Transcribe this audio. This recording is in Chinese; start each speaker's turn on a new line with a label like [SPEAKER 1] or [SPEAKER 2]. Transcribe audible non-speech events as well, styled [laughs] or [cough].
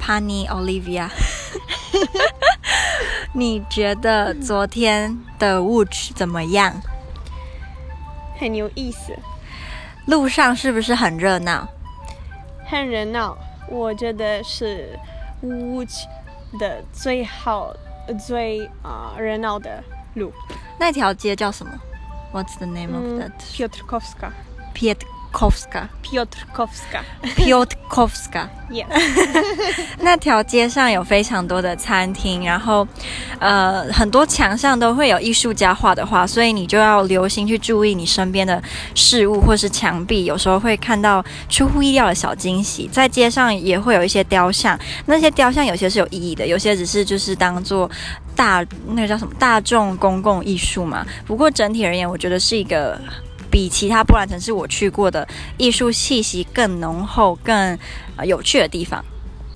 [SPEAKER 1] Honey Olivia，你觉得昨天的 w o o d 怎么样？
[SPEAKER 2] 很有意思，
[SPEAKER 1] 路上是不是很热闹？
[SPEAKER 2] 很热闹。我觉得是乌的最好、呃最啊、热闹的路。
[SPEAKER 1] 那条街叫什么？What's the name of that?
[SPEAKER 2] p i o t r k o v s k a
[SPEAKER 1] Pietkovska.
[SPEAKER 2] p i o t r k o v s k a
[SPEAKER 1] Piotkovska。
[SPEAKER 2] yes，
[SPEAKER 1] [laughs] 那条街上有非常多的餐厅，然后，呃，很多墙上都会有艺术家画的画，所以你就要留心去注意你身边的事物或是墙壁，有时候会看到出乎意料的小惊喜。在街上也会有一些雕像，那些雕像有些是有意义的，有些只是就是当做大那个叫什么大众公共艺术嘛。不过整体而言，我觉得是一个。比其他波兰城市我去过的艺术气息更浓厚、更、呃有趣的地方。